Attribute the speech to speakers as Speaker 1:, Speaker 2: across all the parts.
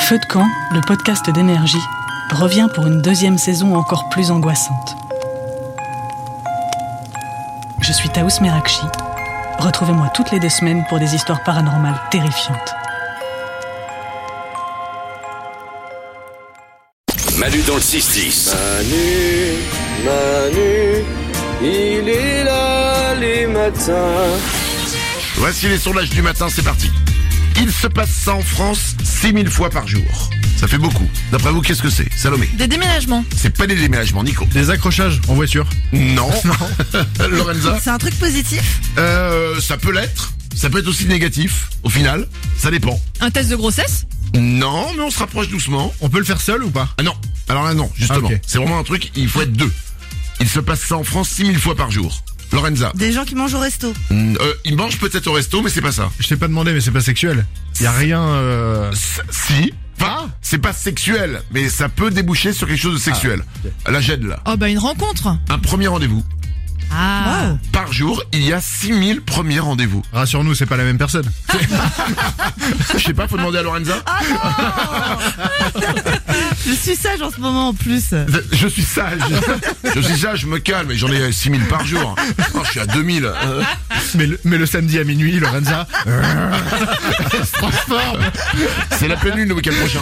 Speaker 1: Feu de camp, le podcast d'énergie, revient pour une deuxième saison encore plus angoissante. Je suis Taous Merakchi. Retrouvez-moi toutes les deux semaines pour des histoires paranormales terrifiantes.
Speaker 2: Manu dans le 6-10.
Speaker 3: Manu, Manu, il est là les matins.
Speaker 4: Voici les sondages du matin, c'est parti. Il se passe ça en France 6000 fois par jour. Ça fait beaucoup. D'après vous, qu'est-ce que c'est Salomé
Speaker 5: Des déménagements.
Speaker 4: C'est pas des déménagements, Nico.
Speaker 6: Des accrochages en voiture.
Speaker 4: Non. Lorenza
Speaker 5: C'est un truc positif.
Speaker 4: euh, Ça peut l'être. Ça peut être aussi négatif. Au final, ça dépend.
Speaker 5: Un test de grossesse.
Speaker 4: Non, mais on se rapproche doucement.
Speaker 6: On peut le faire seul ou pas
Speaker 4: Ah non. Alors là, non, justement.
Speaker 6: Ah, ok.
Speaker 4: C'est vraiment un truc, il faut être deux. Il se passe ça en France 6000 fois par jour. Lorenza
Speaker 5: Des gens qui mangent au resto.
Speaker 4: Mm, euh, Il mange peut-être au resto, mais c'est pas ça.
Speaker 6: Je t'ai pas demandé, mais c'est pas sexuel. Y a rien. euh,
Speaker 4: S- Si. Enfin, c'est pas sexuel, mais ça peut déboucher sur quelque chose de sexuel. La gêne, là.
Speaker 5: Oh bah une rencontre.
Speaker 4: Un premier rendez-vous.
Speaker 5: Ah.
Speaker 4: Par jour, il y a 6000 premiers rendez-vous.
Speaker 6: Rassure-nous, c'est pas la même personne.
Speaker 4: Je sais pas, faut demander à Lorenza.
Speaker 5: Je suis sage en ce moment en plus.
Speaker 4: Je suis sage. Je suis sage, je me calme. J'en ai 6000 par jour. Oh, je suis à 2000. Euh,
Speaker 6: Mais le, mais le samedi à minuit, Lorenza.
Speaker 4: C'est la pleine lune le week-end prochain.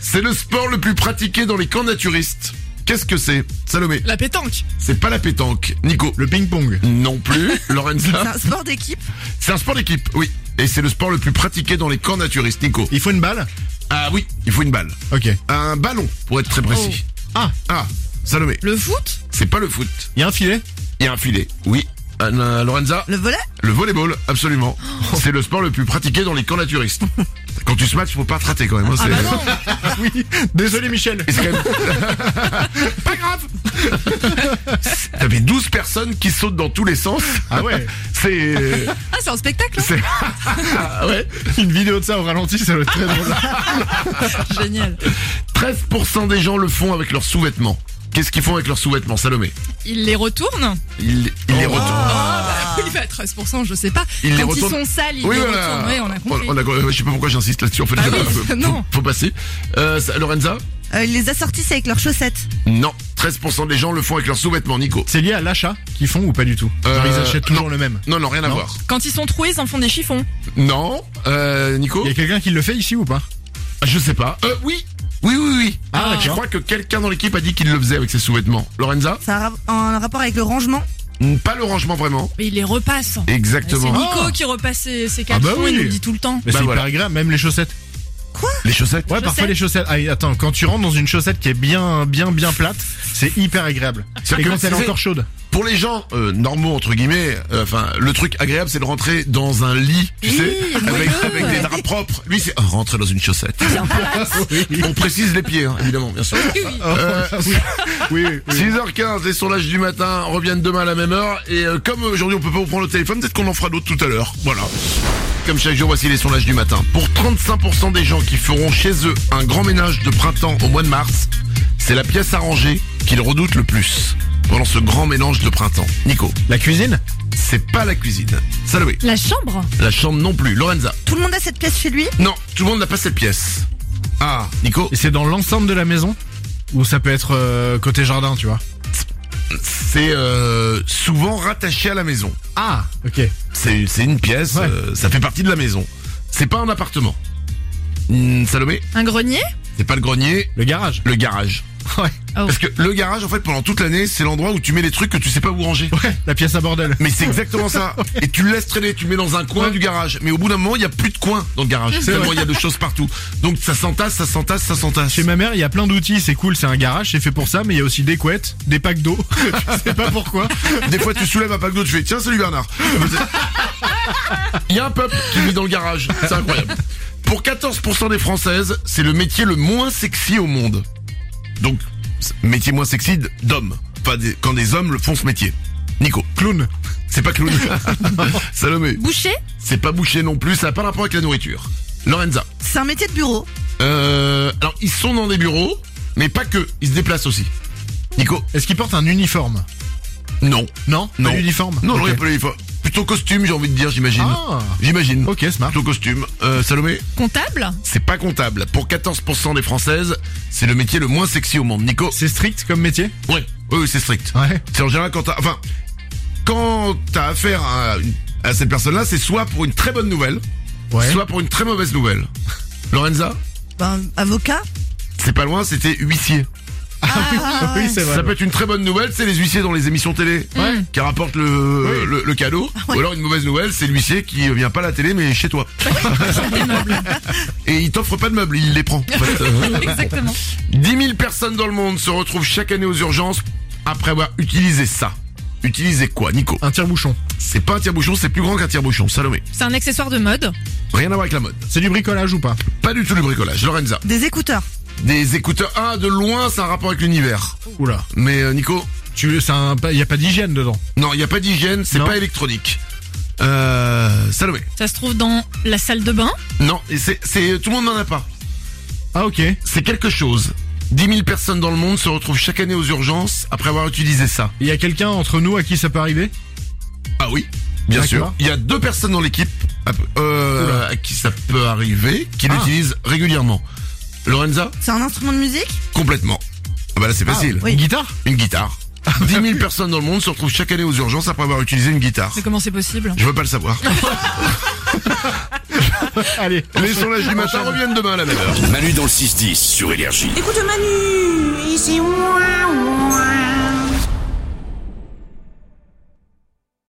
Speaker 4: C'est le sport le plus pratiqué dans les camps naturistes. Qu'est-ce que c'est Salomé,
Speaker 5: La pétanque.
Speaker 4: c'est pas la pétanque. Nico,
Speaker 6: le ping-pong.
Speaker 4: non plus. Lorenza,
Speaker 5: un sport d'équipe.
Speaker 4: c'est un sport d'équipe, oui. Et c'est le sport le plus pratiqué dans les camps naturistes. Nico.
Speaker 6: Il faut une balle
Speaker 4: Ah oui, il faut une balle.
Speaker 6: Ok.
Speaker 4: Un ballon, pour être très précis.
Speaker 6: Ah,
Speaker 4: Ah, Salomé,
Speaker 5: Le foot.
Speaker 4: c'est pas le foot.
Speaker 6: y a un filet
Speaker 4: Il y a un filet. Oui. Un, un, Lorenza
Speaker 5: Le volet.
Speaker 4: Le volleyball, absolument. C'est le sport le plus pratiqué dans les camps naturistes. Quand tu se matches, faut pas te rater quand même. hein, c'est-
Speaker 5: bah Ah
Speaker 6: Oui. Désolé, Michel.
Speaker 4: Et c'est quand même- pas grave. T'avais 12 personnes qui sautent dans tous les sens.
Speaker 6: Ah ouais.
Speaker 4: C'est. euh,
Speaker 5: Ah c'est un spectacle. hein.
Speaker 4: c'est- Ah ouais.
Speaker 6: Une vidéo de ça au ralenti, ça doit être très drôle.
Speaker 5: Génial.
Speaker 4: 13% des gens le font avec leurs sous-vêtements. Qu'est-ce qu'ils font avec leurs sous-vêtements, Salomé
Speaker 5: Il les retourne.
Speaker 4: Ils, ils les retournent.
Speaker 5: Ah, bah oui, bah 13%, je sais pas.
Speaker 4: Ils les
Speaker 5: Quand ils
Speaker 4: retournent.
Speaker 5: sont sales, ils les
Speaker 4: voilà.
Speaker 5: retournent. Ouais, on a compris.
Speaker 4: On- on a- je sais pas pourquoi j'insiste là-dessus. En fait,
Speaker 5: Bah oui,
Speaker 4: faut-
Speaker 5: non.
Speaker 4: faut passer. Euh, ça- Lorenza
Speaker 7: Euh, ils les assortissent avec leurs chaussettes.
Speaker 4: Non. 13% des gens le font avec leurs sous-vêtements, Nico.
Speaker 6: C'est lié à l'achat qu'ils font ou pas du tout
Speaker 4: Euh,
Speaker 6: Genre, Ils achètent toujours le même.
Speaker 4: Non, non, rien à
Speaker 6: Non.
Speaker 4: voir.
Speaker 5: Quand ils sont troués, ils en font des chiffons.
Speaker 4: Non, euh, Nico
Speaker 6: Y a quelqu'un qui le fait ici ou pas
Speaker 4: Je sais pas. Euh, oui Oui, oui, oui.
Speaker 6: Ah,
Speaker 4: Je
Speaker 6: d'accord.
Speaker 4: crois que quelqu'un dans l'équipe a dit qu'il le faisait avec ses sous-vêtements. Lorenza
Speaker 7: Ça a un rap- un rapport avec le rangement.
Speaker 4: Mm, Pas le rangement vraiment.
Speaker 5: Mais il les repasse. C'est
Speaker 4: Exactement.
Speaker 5: Nico qui repasse ses, ses
Speaker 6: Ah
Speaker 5: caleçons.
Speaker 6: bah oui.
Speaker 5: Il nous le dit tout le temps.
Speaker 6: Mais
Speaker 4: Bah
Speaker 6: c'est
Speaker 4: voilà.
Speaker 6: hyper agréable, même les chaussettes.
Speaker 4: Les chaussettes
Speaker 6: Ouais, parfois les chaussettes. Ah, attends, quand tu rentres dans une chaussette qui est bien, bien, bien plate, c'est hyper agréable. Et
Speaker 4: C'est-à-dire que
Speaker 6: quand elle est
Speaker 4: c'est-
Speaker 6: encore chaude.
Speaker 4: Pour les gens euh, normaux, entre guillemets, euh, enfin, le truc agréable, c'est de rentrer dans un lit, tu
Speaker 5: Oui,
Speaker 4: sais, avec,
Speaker 5: moelleux.
Speaker 4: avec des draps propres. Lui, c'est oh, rentrer dans une chaussette. On précise les pieds, hein, évidemment, bien sûr. Euh,
Speaker 6: Oui, oui, oui.
Speaker 4: 6h15, les sondages du matin reviennent demain à la même heure. Et euh, comme aujourd'hui on peut pas vous prendre le téléphone, peut-être qu'on en fera d'autres tout à l'heure. Voilà. Comme chaque jour, voici les sondages du matin. Pour 35% des gens qui feront chez eux un grand ménage de printemps au mois de mars, c'est la pièce à ranger qu'ils redoutent le plus pendant ce grand mélange de printemps. Nico,
Speaker 6: La cuisine
Speaker 4: c'est pas la cuisine. Salomé,
Speaker 5: La chambre.
Speaker 4: la chambre non plus. Lorenza,
Speaker 7: Tout le monde a cette pièce chez lui.
Speaker 4: non, tout le monde n'a pas cette pièce. Ah, Nico,
Speaker 6: Et c'est dans l'ensemble de la maison Ou ça peut être euh, côté jardin, tu vois
Speaker 4: c'est euh, souvent rattaché à la maison.
Speaker 6: Ah Ok.
Speaker 4: C'est c'est une pièce,
Speaker 6: Ouais.
Speaker 4: euh, ça fait partie de la maison. C'est pas un appartement. Hmm, Salomé,
Speaker 5: Un grenier.
Speaker 4: c'est pas le grenier,
Speaker 6: Le garage
Speaker 4: le garage.
Speaker 6: Ouais.
Speaker 5: Oh.
Speaker 4: Parce que le garage, en fait, pendant toute l'année, c'est l'endroit où tu mets les trucs que tu sais pas où ranger.
Speaker 6: Ouais, la pièce à bordel.
Speaker 4: Mais c'est exactement ça. Et tu le laisses traîner, tu le mets dans un coin
Speaker 6: Ouais.
Speaker 4: du garage. Mais au bout d'un moment, il y a plus de coin dans le garage. Tellement il y a de choses partout. Donc ça s'entasse, ça s'entasse, ça s'entasse.
Speaker 6: Chez ma mère, il y a plein d'outils, c'est cool, c'est un garage, c'est fait pour ça, mais il y a aussi des couettes, des packs d'eau, je sais pas pourquoi.
Speaker 4: Des fois, tu soulèves un pack d'eau, tu fais tiens, salut Bernard. Il y a un peuple qui vit dans le garage. C'est incroyable. Pour 14% des Françaises, c'est le métier le moins sexy au monde. Donc, c'est- métier moins sexy d- d'hommes. Pas des- quand des hommes le font ce métier. Nico. Clown. C'est pas clown. Salomé.
Speaker 5: Boucher.
Speaker 4: C'est pas boucher non plus, ça n'a pas rapport avec la nourriture. Lorenza.
Speaker 7: C'est un métier de bureau.
Speaker 4: Euh, alors, ils sont dans des bureaux, mais pas que. Ils se déplacent aussi. Nico.
Speaker 6: Est-ce qu'ils portent un uniforme
Speaker 4: Non.
Speaker 6: Non
Speaker 4: Non.
Speaker 6: Pas l'uniforme
Speaker 4: Non, non,
Speaker 6: Ok.
Speaker 4: il y a pas les- faut- plutôt costume, j'ai envie de dire, j'imagine.
Speaker 6: Ah.
Speaker 4: J'imagine.
Speaker 6: Ok, smart.
Speaker 4: Plutôt costume. Euh, Salomé,
Speaker 5: Comptable
Speaker 4: c'est pas comptable. Pour 14% des Françaises, c'est le métier le moins sexy au monde. Nico
Speaker 6: C'est strict comme métier
Speaker 4: Ouais, oui, oui, c'est strict.
Speaker 6: Ouais.
Speaker 4: C'est en général quand t'as, enfin, quand t'as affaire à, une- à cette personne-là, c'est soit pour une très bonne nouvelle,
Speaker 6: Ouais.
Speaker 4: soit pour une très mauvaise nouvelle. Lorenza,
Speaker 7: Ben, avocat.
Speaker 4: c'est pas loin, c'était huissier.
Speaker 7: Ah,
Speaker 6: oui, c'est vrai.
Speaker 4: Ça peut être une très bonne nouvelle, c'est les huissiers dans les émissions télé
Speaker 6: Ouais.
Speaker 4: qui rapportent le, euh,
Speaker 6: Oui.
Speaker 4: le, le cadeau. Ou alors une mauvaise nouvelle, c'est l'huissier qui vient pas à la télé mais chez toi. Et il t'offre pas de meubles, il les prend. en fait. Euh,
Speaker 5: Exactement.
Speaker 4: 10 000 personnes dans le monde se retrouvent chaque année aux urgences après avoir utilisé ça. Utilisé quoi, Nico
Speaker 6: Un tire-bouchon.
Speaker 4: C'est pas un tire-bouchon, c'est plus grand qu'un tire-bouchon, Salomé.
Speaker 5: C'est un accessoire de mode.
Speaker 4: Rien à voir avec la mode.
Speaker 6: C'est du bricolage ou pas
Speaker 4: Pas du tout le bricolage. Lorenza.
Speaker 7: Des écouteurs.
Speaker 4: Des écouteurs. Ah, de loin, c'est un rapport avec l'univers.
Speaker 6: Oula.
Speaker 4: Mais euh, Nico,
Speaker 6: Tu c'est un pas- y a pas d'hygiène dedans.
Speaker 4: non, il n'y a pas d'hygiène, c'est
Speaker 6: Non.
Speaker 4: pas électronique. Euh, Salomé.
Speaker 5: Ça se trouve dans la salle de bain.
Speaker 4: Non, et c'est, c'est, tout le monde n'en a pas.
Speaker 6: Ah ok.
Speaker 4: C'est quelque chose. 10 000 personnes dans le monde se retrouvent chaque année aux urgences après avoir utilisé ça.
Speaker 6: Il y a quelqu'un entre nous à qui ça peut arriver
Speaker 4: Ah oui, bien
Speaker 6: D'accord.
Speaker 4: sûr. Il y a deux personnes dans l'équipe à peu- euh, à qui ça peut arriver, qui
Speaker 6: Ah.
Speaker 4: l'utilisent régulièrement. Lorenza,
Speaker 7: C'est un instrument de musique
Speaker 4: complètement. Ah bah là c'est facile.
Speaker 6: Une guitare
Speaker 4: Une guitare. 10 000 personnes dans le monde se retrouvent chaque année aux urgences après avoir utilisé une guitare.
Speaker 5: Mais comment c'est possible
Speaker 4: Je veux pas le savoir.
Speaker 6: Allez.
Speaker 4: Les sondages du matin reviennent demain à la même heure.
Speaker 2: Manu dans le 6-10 sur Énergie.
Speaker 8: Écoute Manu, ici ouin ouin.